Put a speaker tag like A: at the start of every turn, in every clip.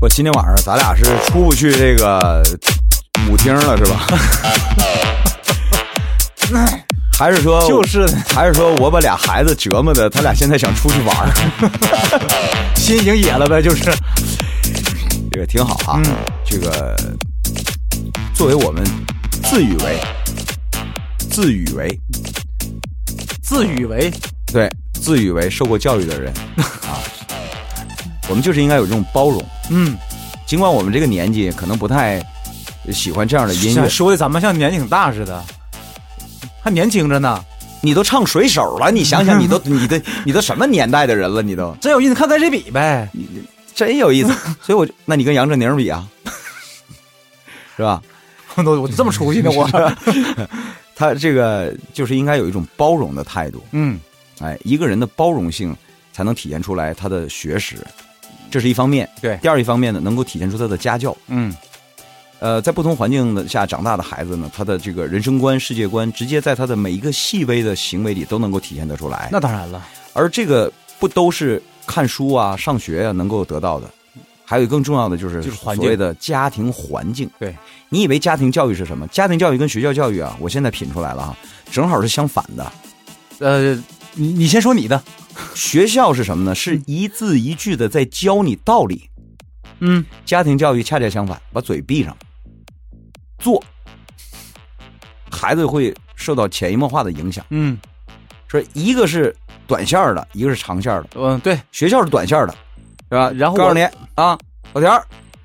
A: 我今天晚上咱俩是出不去这个舞厅了，是吧？ 还是说
B: 就是
A: 还是说我把俩孩子折磨的，他俩现在想出去玩儿，
B: 心已经野了呗，就是
A: 啊这个挺好啊。
B: 嗯
A: 这个作为我们自以为自以为
B: 自以为
A: 对自以为受过教育的人啊，我们就是应该有这种包容。
B: 嗯，
A: 尽管我们这个年纪可能不太喜欢这样的音乐
B: 像，说的咱们像年纪挺大似的，还年轻着呢。
A: 你都唱水手了，你想想，你都你的你都什么年代的人了，你都
B: 真有意思，看跟谁比呗。
A: 真有意思。所以我就，那你跟杨振宁比啊，是吧？
B: 我都我这么出息
A: 嗯
B: 呢，我
A: 他这个就是应该有一种包容的态度，
B: 嗯
A: 哎，一个人的包容性才能体现出来他的学识，这是一方面。
B: 对
A: 第二一方面呢，能够体现出他的家教。
B: 嗯
A: 呃，在不同环境的下长大的孩子呢，他的这个人生观、世界观，直接在他的每一个细微的行为里都能够体现得出来。
B: 那当然了，
A: 而这个不都是看书啊、上学啊能够得到的，还有更重要的就是
B: 就是环境
A: 所谓的家庭环境。
B: 对，
A: 你以为家庭教育是什么？家庭教育跟学校教育啊，我现在品出来了哈，正好是相反的。
B: 呃，你你先说你的，
A: 学校是什么呢？是一字一句的在教你道理。
B: 嗯，
A: 家庭教育恰恰相反，把嘴闭上，做，孩子会受到潜移默化的影响。
B: 嗯
A: 说一个是短线儿的，一个是长线儿的。
B: 嗯，对，
A: 学校是短线儿的，是吧？
B: 然后
A: 告
B: 我
A: 诉你啊，老田儿，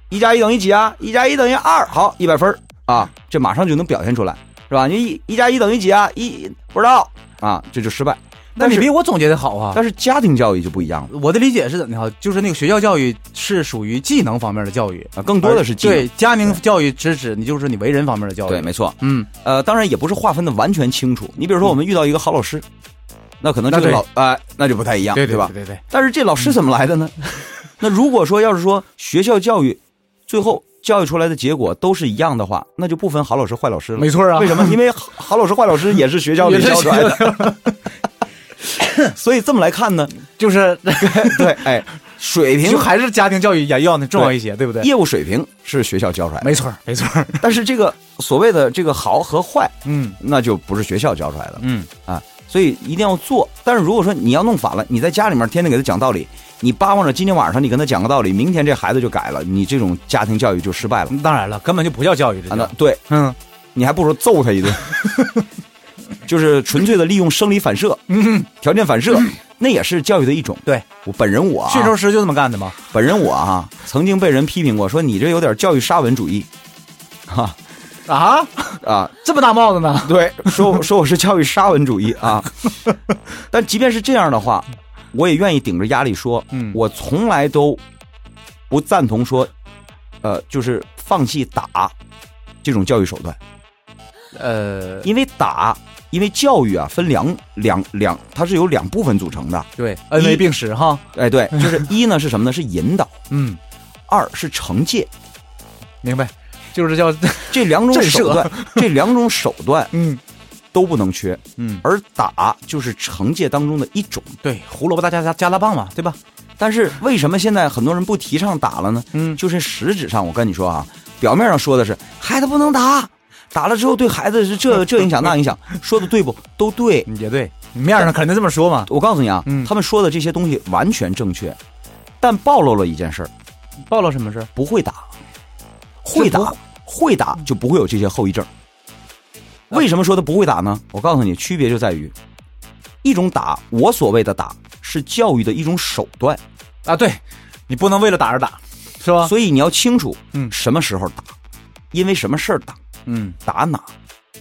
A: 一加一等于几啊？一加一等于二，好，一百分儿啊，这马上就能表现出来，是吧？你一一加一等于几啊？一不知道啊，这就失败。
B: 那
A: 但
B: 你
A: 是
B: 比我总结的好啊。
A: 但是家庭教育就不一样了
B: 我的理解是怎的哈？就是那个学校教育是属于技能方面的教育，
A: 啊，更多的是技能
B: 哎对家庭教育是指你就是你为人方面的教育。
A: 对，没错。
B: 嗯，
A: 呃，当然也不是划分的完全清楚。你比如说，我们遇到一个好老师，那可能这
B: 那
A: 个
B: 对
A: 老哎、那就不太一样，
B: 对
A: 吧？
B: 对对，
A: 但是这老师怎么来的呢？那如果说要是说学校教育最后教育出来的结果都是一样的话，那就不分好老师坏老师了。
B: 没错啊
A: 为什么？因为 好好老师坏老师也是学校里
B: 也是
A: 教出来的。 所以这么来看呢，
B: 就是
A: 对，哎，水平
B: 就还是家庭教育也要呢重要一些，对不对？
A: 业务水平是学校教出来的，
B: 没错，没错。
A: 但是这个所谓的这个好和坏，
B: 嗯
A: 那就不是学校教出来的了。
B: 嗯，
A: 啊所以一定要做。但是如果说你要弄反了，你在家里面天天给他讲道理，你巴望着今天晚上你跟他讲个道理，明天这孩子就改了，你这种家庭教育就失败了。
B: 当然了，根本就不叫教育，这
A: 啊，那
B: 叫
A: 对
B: 嗯
A: 你还不如揍他一 顿，就是纯粹的利用生理反射、
B: 嗯，
A: 条件反射，那也是教育的一种。
B: 对
A: 我本人我、啊，
B: 驯兽师就这么干的嘛。
A: 本人我啊，曾经被人批评过，说你这有点教育沙文主义，哈
B: 啊，
A: 啊，
B: 这么大帽子呢？
A: 对，说我说我是教育沙文主义 啊，但即便是这样的话，我也愿意顶着压力说，
B: 嗯
A: 我从来都不赞同说，呃，就是放弃打这种教育手段，
B: 呃，
A: 因为打，因为教育啊分两两两，它是由两部分组成的，
B: 对，恩威
A: 一
B: 并施哈。
A: 哎， 对，就是一呢是什么呢？是引导，
B: 嗯，
A: 二是惩戒，
B: 明白，就是叫
A: 这两种
B: 震慑
A: 手段， 这两种手段
B: 嗯
A: 都不能缺，
B: 嗯，
A: 而打就是惩戒当中的一种。
B: 对，胡萝卜大加加加拉棒嘛，对吧？
A: 但是为什么现在很多人不提倡打了呢？
B: 嗯，
A: 就是实质上，我跟你说啊，表面上说的是孩子不能打，打了之后对孩子是这这影响那影响，说的对不？都对。
B: 嗯也对，面上肯定这么说嘛。
A: 我告诉你啊，
B: 嗯
A: 他们说的这些东西完全正确，但暴露了一件事儿：
B: 暴露什么事？
A: 不会打，会
B: 这
A: 打
B: 不
A: 会打就不会有这些后遗症。
B: 啊
A: 为什么说他不会打呢？我告诉你，区别就在于，一种打，我所谓的打是教育的一种手段，
B: 啊，对，你不能为了打而打，是吧？
A: 所以你要清楚，
B: 啊嗯
A: 什么时候打，因为什么事儿打，
B: 嗯，
A: 打哪，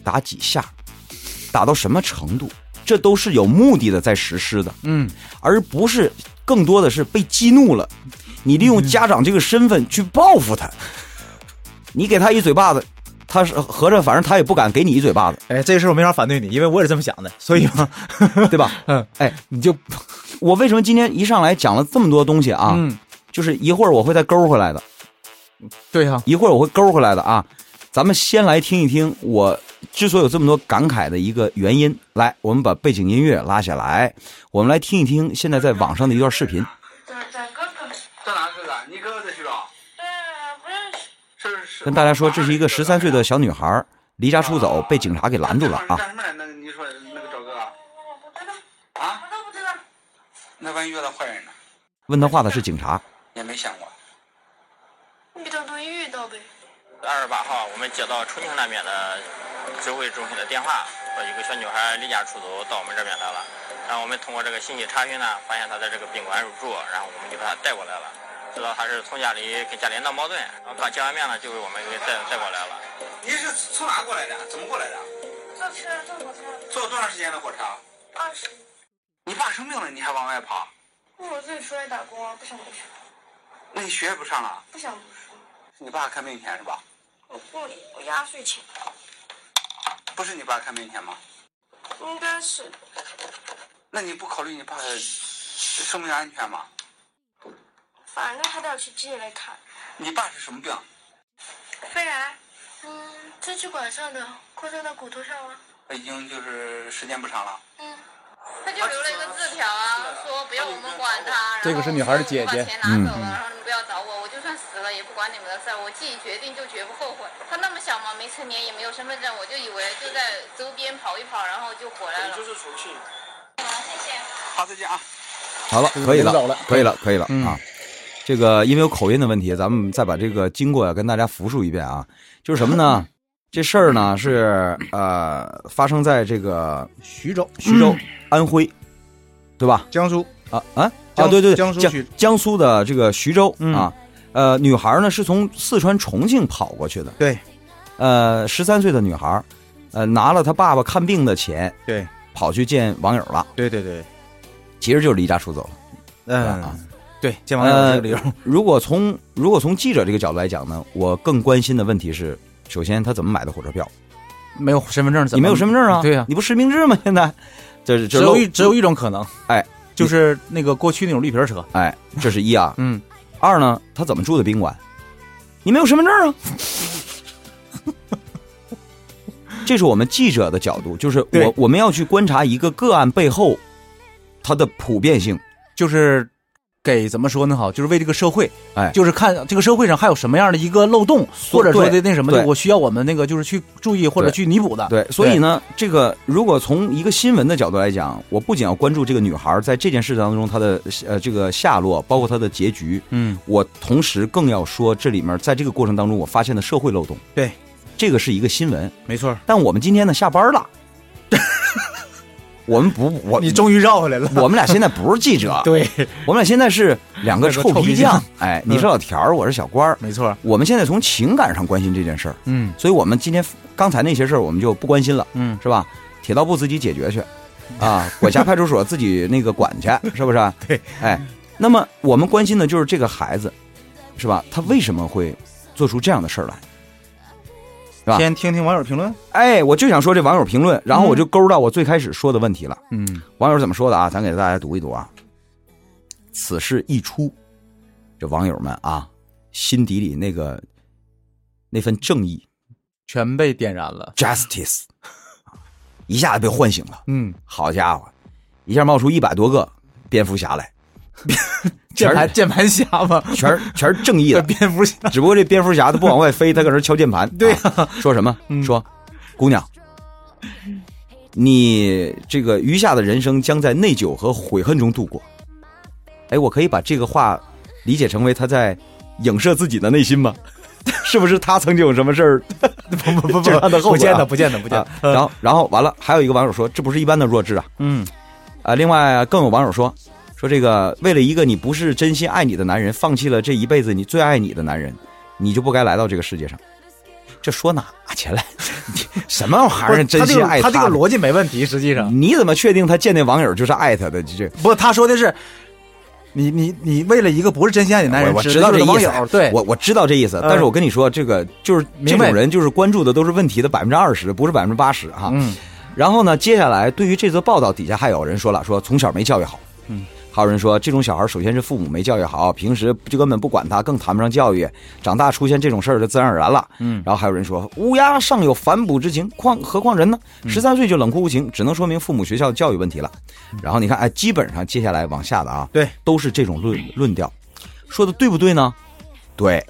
A: 打几下，打到什么程度，这都是有目的的在实施的，
B: 嗯，
A: 而不是更多的是被激怒了，你利用家长这个身份去报复他，你给他一嘴巴子，他是合着反正他也不敢给你一嘴巴 子，
B: 哎，这个事儿我没法反对你，因为我也是这么想的，所以嘛，
A: 对吧？
B: 嗯，
A: 哎，
B: 你就
A: 我为什么今天一上来讲了这么多东西啊？
B: 嗯，
A: 就是一会儿我会再勾回来的，
B: 对呀、
A: 一会儿我会勾回来的啊。咱们先来听一听我之所以有这么多感慨的一个原因。来，我们把背景音乐拉下来，我们来听一听现在在网上的一段视频。
C: 在在哥哥，
D: 在哪儿哥哥？你哥哥在徐州？
C: 对呀、
A: 跟大家说，这是一个十三岁的小女孩离家出走，被警察给拦住了啊！
C: 干什么来？那个你说那个赵哥啊，啊
D: 我都不知道。
C: 那万一遇到坏人呢？
A: 问他话的是警察，
C: 也没想过。
D: 遇到就遇到呗。
E: 二十八号，我们接到重庆那边的指挥中心的电话，说有个小女孩离家出走到我们这边来了。然后我们通过这个信息查询呢，发现她在这个宾馆入住，然后我们就把她带过来了。知道她是从家里跟家里闹矛盾，然后刚见完面呢，就给我们给带带过来了。
C: 你是从哪过来的？怎么过来的？
D: 坐车坐火车
C: 坐了多长时间的火车？
D: 二十，
C: 你爸生病了，你还往外跑？
D: 我自己出来打工啊，不想读书，
C: 那你学也不上了？
D: 不想读书。
C: 你爸看病钱是吧？
D: 我护理，我压岁钱，
C: 不是你爸看病钱吗？
D: 应该是
C: 那你不考虑你爸的生命安全吗？
D: 反正还得要去积累看。
C: 你爸是什么病？
D: 肺癌，嗯，支气管上的扩散到骨头上了，
C: 已经就是时间不长了。
D: 嗯，
F: 他就留了一个字条啊，说不要我们管他。然后
B: 这个是女孩的姐姐嗯
F: 我把钱拿走了，然后你们不要找我，我就算死了也不管你们的事儿，我自己决定就绝不后悔。他那么小嘛，没成年也没有身份证，我就以为就在周边跑一跑，然后就回来了。
C: 是重庆。
F: 好，谢谢。
C: 好，再见啊。
A: 好了，可以
B: 领走
A: 了
B: 了，
A: 可以了，可以了
B: 嗯
A: 啊！这个因为有口音的问题，咱们再把这个经过呀跟大家复述一遍啊，就是什么呢？这事儿呢是呃发生在这个
G: 徐州、
A: 徐
B: 嗯
A: 州、安徽，对吧？
G: 江苏，
A: 啊啊啊！
G: 江
A: 对对，对
G: 江苏
A: 江
G: 徐
A: 江苏的这个徐州、
G: 嗯
A: 啊，呃，女孩呢是从四川重庆跑过去的。
G: 对，
A: 呃，十三岁的女孩，呃，拿了她爸爸看病的钱，
G: 对，
A: 跑去见网友了，
G: 对对对，
A: 其实就是离家出走了。啊
G: 嗯，对，见网友
A: 呃
G: 这个理由，
A: 如果从如果从记者这个角度来讲呢，我更关心的问题是，首先他怎么买的火车票？
B: 没有身份证怎么？
A: 你没有身份证啊？
B: 对呀、
A: 你不实名制吗？现在这是
B: 只
A: 这
B: 有
A: 漏
B: 一只有一种可能，
A: 哎，
B: 就是那个过去那种绿皮车。
A: 哎，这是一啊。
B: 嗯，
A: 二呢，他怎么住的宾馆？你没有身份证啊？ 这是我们记者的角度，就是
B: 对
A: 我我们要去观察一个个案背后它的普遍性。
B: 就是给怎么说呢？哈，就是为这个社会，
A: 哎
B: 就是看这个社会上还有什么样的一个漏洞，
A: 所
B: 或者说
A: 对
B: 的那什么，
A: 对
B: 就我需要我们那个就是去注意或者
A: 对
B: 去弥补的。
A: 对，所以呢，这个如果从一个新闻的角度来讲，我不仅要关注这个女孩在这件事当中她的呃这个下落，包括她的结局，
B: 嗯，
A: 我同时更要说这里面在这个过程当中我发现的社会漏洞。
G: 对，
A: 这个是一个新闻，
G: 没错，
A: 但我们今天呢下班 了，我们不我
G: 你终于绕回来 了，
A: 我们俩现在不是记者，
G: 对，
A: 我们俩现在是两个
G: 两个
A: 臭
G: 臭
A: 皮
G: 皮
A: 匠嗯
G: 匠。
A: 哎，你是老条儿，我是小官儿。
G: 没错，
A: 我们现在从情感上关心这件事儿，
G: 嗯，
A: 所以我们今天刚才那些事儿我们就不关心了，
B: 嗯，
A: 是吧？铁道部自己解决去， 啊，管辖派出所自己那个管去，是不 是？
G: 对，
A: 哎，那么我们关心的就是这个孩子，是吧？他为什么会做出这样的事儿来？啊
G: 先听听网友评论，
A: 哎，我就想说这网友评论，然后我就勾到我最开始说的问题了。
G: 嗯，
A: 网友怎么说的啊？咱给大家读一读啊。此事一出，这网友们啊，心底里那个那份正义
B: 全被点燃了。
A: （justice） 一下子被唤醒了。
G: 嗯，
A: 好家伙，一下冒出一百多个蝙蝠侠来，全
B: 键盘
A: 是
B: 键盘侠嘛，
A: 全是全是正义的
B: 蝙蝠侠。
A: 只不过这蝙蝠侠他不往外飞，他搁那儿敲键盘。
B: 对
A: 啊说什么？说姑娘，你这个余下的人生将在内疚和悔恨中度过。哎，我可以把这个话理解成为他在影射自己的内心吗？ 是不是他曾经有什么事儿？
G: 不不 不
A: 这是他的后
G: 不
A: 果
G: 见
A: 啊
G: 得不见得不见
A: 啊
G: 得，
A: 然后，然后完了，还有一个网友说，这不是一般的弱智啊。
G: 嗯，
A: 啊，另外更有网友说，说这个为了一个你不是真心爱你的男人，放弃了这一辈子你最爱你的男人，你就不该来到这个世界上。这说哪去了？ 你什么玩意
G: 不
A: 儿？
G: 是
A: 真
G: 他这
A: 心
G: 个
A: 爱
G: 他这个
A: 呢
G: 逻辑没问题，实际上
A: 你怎么确定他见那网友就是爱他的？这
B: 不，他说的是，你你你为了一个不是真心爱你的男人，
A: 我我
B: 指
A: 知道
B: 的
A: 这
B: 就是
A: 意
B: 网
A: 思
B: 友，对，
A: 我我知道这意思，但是我跟你说，这个就是这
B: 明白
A: 种人就是关注的都是问题的百分之二十，不是百分之八十哈。
B: 嗯，
A: 然后呢，接下来对于这则报道底下还有人说了，说从小没教育好，嗯，还有人说这种小孩首先是父母没教育好，平时就根本不管他，更谈不上教育，长大出现这种事儿就自然而然了，嗯。然后还有人说乌鸦尚有反哺之情，况何况人呢？十三岁就冷酷无情，只能说明父母学校教育问题了。然后你看，哎，基本上接下来往下的啊，
G: 对，
A: 都是这种论论调，说的对不对呢？对，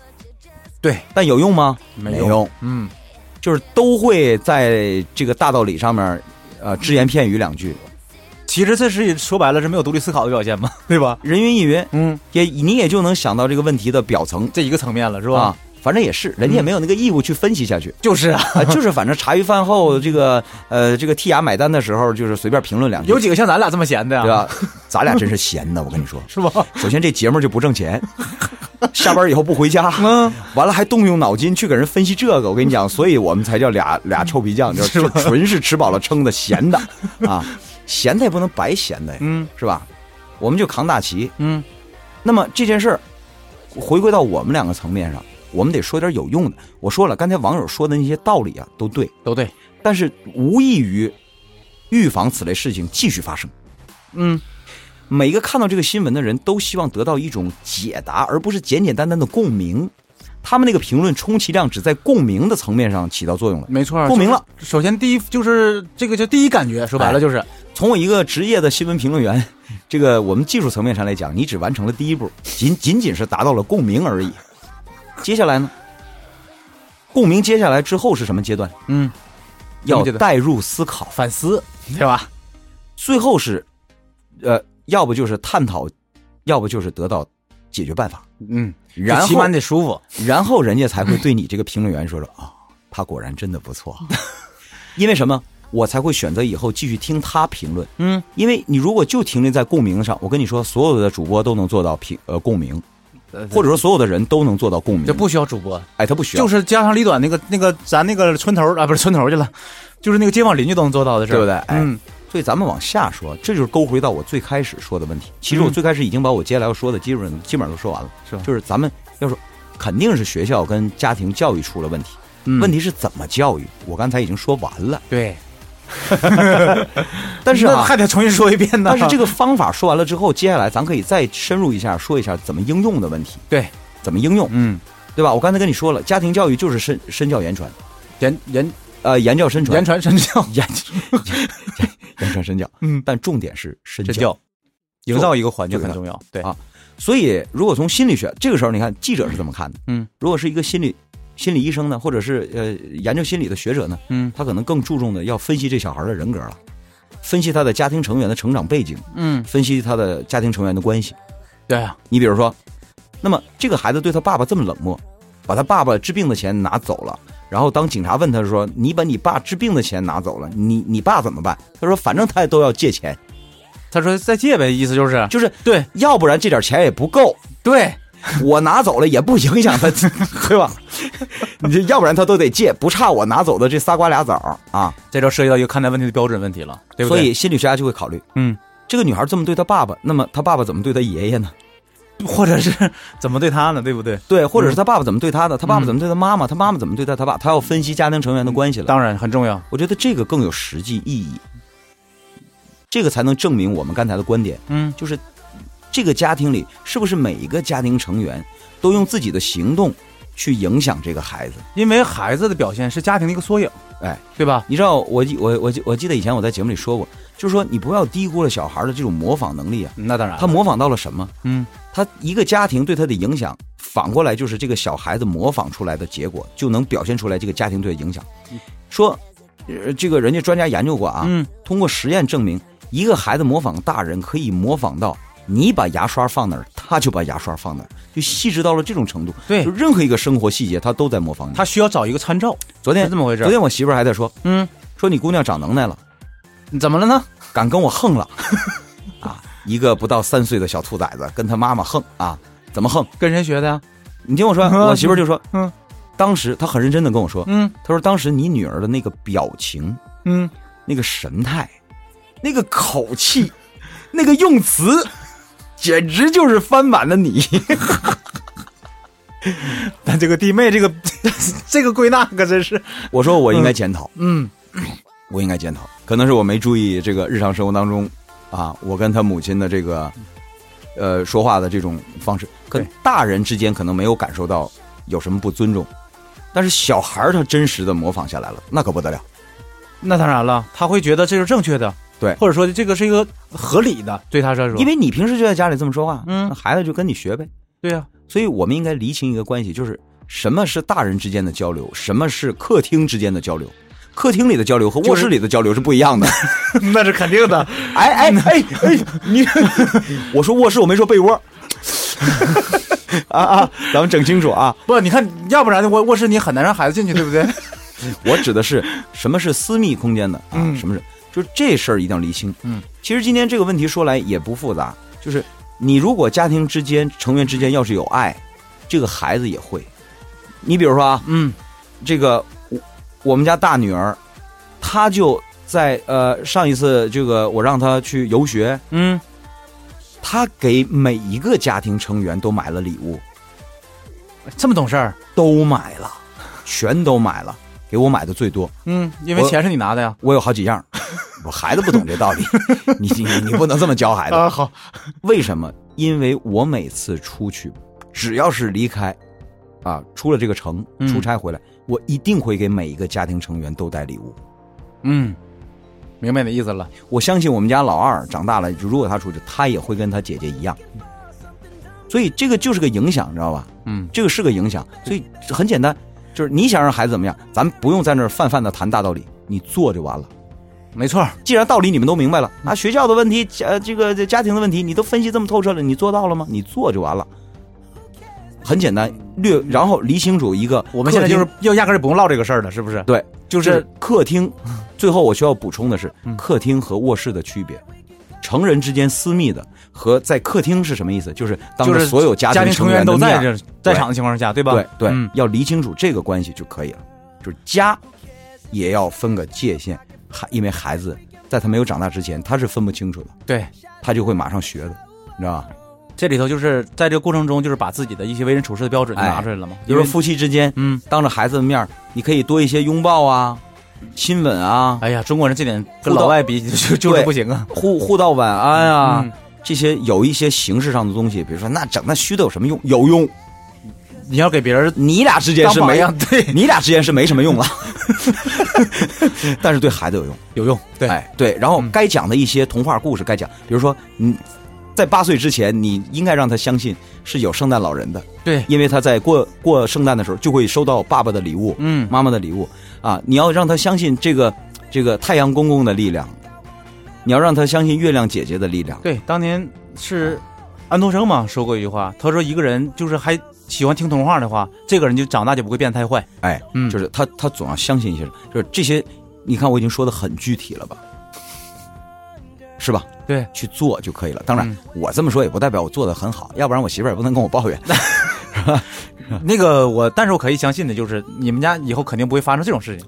B: 对，
A: 但有用吗？
B: 没
A: 用，
B: 用嗯，
A: 就是都会在这个大道理上面，呃，只言片语两句，
B: 其实这是说白了是没有独立思考的表现嘛，对吧？
A: 人云亦云，
B: 嗯，
A: 也你也就能想到这个问题的表层
B: 这一个层面了，是吧？嗯
A: 啊。反正也是，人家也没有那个义务去分析下去
B: 就是啊，
A: 啊、就是反正茶余饭 后这个呃这个剔牙买单的时候，就是随便评论两句，
B: 有几个啊像咱俩这么闲的呀？
A: 对吧？咱俩真是闲的，我跟你说，
B: 是吧？
A: 首先这节目就不挣钱，下班以后不回家，嗯，完了还动用脑筋去给人分析这个，我跟你讲，所以我们才叫俩俩臭皮匠，就是
B: 是吧
A: 纯是吃饱了撑的闲的啊，闲的也不能白闲的呀，
B: 嗯
A: 是吧？我们就扛大旗。
B: 嗯，
A: 那么这件事儿回归到我们两个层面上，我们得说点有用的。我说了，刚才网友说的那些道理啊，都对，
B: 都对，
A: 但是无异于预防此类事情继续发生。
B: 嗯，
A: 每个看到这个新闻的人都希望得到一种解答，而不是简简单单的共鸣。他们那个评论充其量只在共鸣的层面上起到作用了。
B: 没错，啊
A: 共鸣了。
B: 首先第一就是这个叫第一感觉，说白了就是，
A: 从我一个职业的新闻评论员， 这个我们技术层面上来讲，你只完成了第一步，仅仅仅是达到了共鸣而已。接下来呢？共鸣接下来之后是什么阶段？
B: 嗯，
A: 要
B: 阶段
A: 带入思考，
B: 反思，对吧？
A: 最后是，呃，要不就是探讨，要不就是得到解决办法。
B: 嗯，
A: 然
B: 就起
A: 后
B: 码你得舒服，
A: 然后人家才会对你这个评论员说说啊、他果然真的不错， 因为什么？我才会选择以后继续听他评论，
B: 嗯，
A: 因为你如果就停留在共鸣上，我跟你说，所有的主播都能做到评呃共鸣，或者说所有的人都能做到共鸣，
B: 这嗯不需要主播，
A: 哎，他不需要，
B: 就是家长里短那个那个咱那个村头啊，不是村头去了，就是那个街坊邻居都能做到的事儿，
A: 对不对？哎
B: 嗯，
A: 所以咱们往下说，这就是勾回到我最开始说的问题。其实我
B: 嗯
A: 最开始已经把我接下来要说的基本基本上都说完了，
B: 是吧
A: 就是咱们要说，肯定是学校跟家庭教育出了问题，
B: 嗯
A: 问题是怎么教育？我刚才已经说完了，
B: 对，
A: 但是
B: 那
A: 啊，
B: 还得重新说一遍呢。
A: 但是这个方法说完了之后，接下来咱可以再深入一下，说一下怎么应用的问题。
B: 对，
A: 怎么应用，
B: 嗯，
A: 对吧？我刚才跟你说了，家庭教育就是身身教言传，
B: 言言
A: 呃，言教身传，
B: 言传身教，
A: 言言传身教。
B: 嗯
A: 但重点是身
B: 身教，营造一个环境很重要。对
A: 啊所以，如果从心理学这个时候，你看记者是怎么看的？
B: 嗯，
A: 如果是一个心理心理医生呢，或者是呃研究心理的学者呢，
B: 嗯
A: 他可能更注重的要分析这小孩的人格了，分析他的家庭成员的成长背景，
B: 嗯，
A: 分析他的家庭成员的关系。
B: 对啊，
A: 你比如说，那么这个孩子对他爸爸这么冷漠，把他爸爸治病的钱拿走了，然后当警察问他说：“你把你爸治病的钱拿走了，你你爸怎么办？”他说：“反正他也都要借钱，
B: 他说再借呗，意思就是
A: 就是
B: 对
A: 要不然这点钱也不够，
B: 对，
A: 我拿走了也不影响他， 对 吧？你这要不然他都得借，不差我拿走的这仨瓜俩枣儿啊。
B: 这就涉及到一个看待问题的标准问题了，对不对？
A: 所以心理学家就会考虑，
B: 嗯，
A: 这个女孩这么对她爸爸，那么她爸爸怎么对她爷爷呢？
B: 或者是怎么对他呢？对不对？
A: 对，或者是她爸爸怎么对她的？她
B: 嗯
A: 爸爸怎么对她妈妈？她妈妈怎么对待她爸？她要分析家庭成员的关系了。
B: 当然很重要。
A: 我觉得这个更有实际意义，这个才能证明我们刚才的观点，
B: 嗯，
A: 就是这个家庭里是不是每一个家庭成员都用自己的行动去影响这个孩子？
B: 因为孩子的表现是家庭的一个缩影，
A: 哎，
B: 对吧？
A: 你知道我记我我记我记得以前我在节目里说过，就是说你不要低估了小孩的这种模仿能力啊，
B: 那当然了，
A: 他模仿到了什么？
B: 嗯，
A: 他一个家庭对他的影响，反过来就是这个小孩子模仿出来的结果，就能表现出来这个家庭对他的影响。说，呃，这个人家专家研究过啊，
B: 嗯，
A: 通过实验证明，一个孩子模仿大人可以模仿到你把牙刷放哪儿，他就把牙刷放哪儿，就细致到了这种程度。
B: 对
A: 就任何一个生活细节，他都在模仿你。
B: 他需要找一个参照。
A: 昨天
B: 是这么回事
A: 昨天我媳妇儿还在说，
B: 嗯，
A: 说你姑娘长能耐了，
B: 怎么了呢？
A: 敢跟我横了， 啊，一个不到三岁的小兔崽子跟他妈妈横啊，怎么横？
B: 跟谁学的呀？
A: 你听我说，
B: 嗯
A: 我媳妇儿就说，
B: 嗯，
A: 当时她很认真的跟我说，
B: 嗯
A: 她说当时你女儿的那个表情、
B: 嗯，
A: 那个神态、那个口气、那个用词，简直就是翻版的你。
B: 但这个弟妹这个 这个归纳可真是，
A: 我说我应该检讨，
B: 嗯，
A: 我应该检讨，可能是我没注意这个日常生活当中啊，我跟她母亲的这个呃说话的这种方式，可
B: 对
A: 大人之间可能没有感受到有什么不尊重，但是小孩儿他真实的模仿下来了，那可不得了。
B: 那当然了，他会觉得这是正确的，
A: 对
B: 或者说这个是一个合理的，对他来说，
A: 因为你平时就在家里这么说话，
B: 嗯
A: 那孩子就跟你学呗。
B: 对呀、
A: 所以我们应该厘清一个关系，就是什么是大人之间的交流，什么是客厅之间的交流。客厅里的交流和卧室里的交流是不一样的。
B: 那是肯定的。
A: 哎哎哎哎，你我说卧室，我没说被 窝。啊啊，咱们整清楚啊！
B: 不，你看，要不然卧卧室你很难让孩子进去，对不对？
A: 我指的是什么是私密空间的啊？
B: 嗯
A: 什么是？就是这事儿一定要厘清。
B: 嗯，
A: 其实今天这个问题说来也不复杂，就是你如果家庭之间成员之间要是有爱，这个孩子也会。你比如说啊，
B: 嗯，
A: 这个我我们家大女儿，她就在呃上一次这个我让她去游学，
B: 嗯，
A: 她给每一个家庭成员都买了礼物，
B: 这么懂事儿。
A: 都买了， 全都买了，给我买的最多。
B: 嗯，因为
A: 我
B: 钱是你拿的呀。
A: 我有好几样 儿，我孩子不懂这道理，你你你不能这么教孩 子。，
B: 呃好，
A: 为什么？因为我每次出去，只要是离开，啊，出了这个城
B: 嗯
A: 出差回来，我一定会给每一个家庭成员都带礼物。
B: 嗯，明白你的意思了。
A: 我相信我们家老二长大了，如果他出去，他也会跟他姐姐一样。所以这个就是个影响，你知道吧？
B: 嗯，
A: 这个是个影响，所以很简单，就是你想让孩子怎么样，咱不用在那儿泛泛的谈大道理，你做就完了。
B: 没错儿。
A: 既然道理你们都明白了，
B: 嗯
A: 啊，学校的问题，呃，这个家庭的问题，你都分析这么透彻了，你做到了吗？你做就完了，很简单，略然后理清楚一个客厅。
B: 我们现在就是要压根儿就不用唠这个事儿了，是不是？嗯
A: 对，就
B: 这
A: 是客厅。最后我需要补充的是，客厅和卧室的区别，成人之间私密的和在客厅是什么意思？就是当
B: 就
A: 着
B: 是
A: 所有家
B: 家庭
A: 成
B: 成员
A: 的
B: 都在
A: 面
B: 这
A: 儿
B: 在场的情况下，对吧？
A: 对对，
B: 嗯
A: 要理清楚这个关系就可以了。就是家也要分个界限，孩因为孩子在他没有长大之前，他是分不清楚的，
B: 对。
A: 他就会马上学的，你知道
B: 嗯
A: 吧？
B: 这里头就是在这个过程中，就是把自己的一些为人处事的标准就
A: 哎
B: 拿出来了嘛。
A: 比如说夫妻之间，
B: 嗯，
A: 当着孩子的面儿，你可以多一些拥抱啊、亲吻啊、
B: 哎呀，中国人这点跟
A: 互
B: 老
A: 动
B: 外比就就是不行啊。
A: 互互道晚安啊，
B: 嗯
A: 这些有一些形式上的东西，比如说那整那虚的有什么用？有用，
B: 你要给别人
A: 你俩之间
B: 当
A: 是
B: 榜
A: 没
B: 样，对，
A: 你俩之间是没什么用了， 但是对孩子有用。
B: 有用。对，
A: 哎，对，然后
B: 嗯
A: 该讲的一些童话故事该讲，比如说你在八岁之前，你应该让他相信是有圣诞老人的，
B: 对
A: 因为他在过过圣诞的时候就会收到爸爸的礼物，
B: 嗯
A: 妈妈的礼物啊，你要让他相信这个这个太阳公公的力量，你要让他相信月亮姐姐的力量，
B: 对，当年是安徒生嘛说过一句话，他说一个人就是还喜欢听童话的话，这个人就长大就不会变太坏。
A: 哎，
B: 嗯
A: 就是他他总要相信一些，就是这些，你看我已经说的很具体了吧，是吧？
B: 对，
A: 去做就可以了。当然，
B: 嗯
A: 我这么说也不代表我做的很好，要不然我媳妇儿也不能跟我抱怨。
B: 那个我，但是我可以相信的就是，你们家以后肯定不会发生这种事情。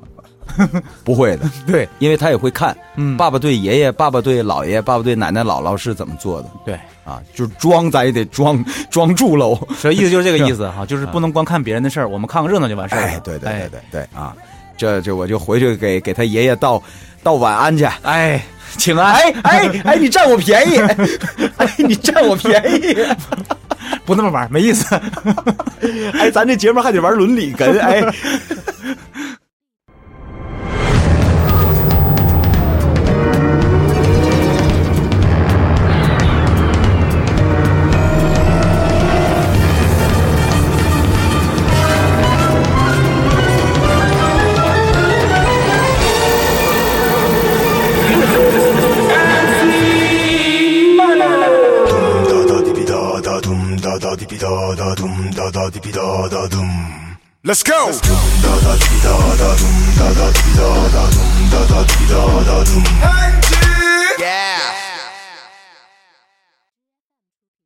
A: 不会的，
B: 对，
A: 因为他也会看，
B: 嗯
A: 爸爸对爷爷、爸爸对姥爷、爸爸对奶奶、姥姥是怎么做的
B: 对，
A: 啊？就是装，咱也得装装住喽。
B: 所以意思就是这个意思 哈，就是不能光看别人的事儿，我们看个热闹就完事儿 了。
A: 哎，对对对对对啊！这这我就回去给给他爷爷道道晚安去。
B: 哎，哎， 请安。
A: 哎哎哎，你占我便宜！ 哎，你占我便宜！
B: 不那么玩儿，没意思。
A: 哎，咱这节目还得玩伦理哏。 哎，
H: Dum da da di bi da da dum da da di bi da da dum da da di bi da da dum. Let's go. Dum da da di bi da da dum da da di bi da da dum da da di bi da da dum. Hey.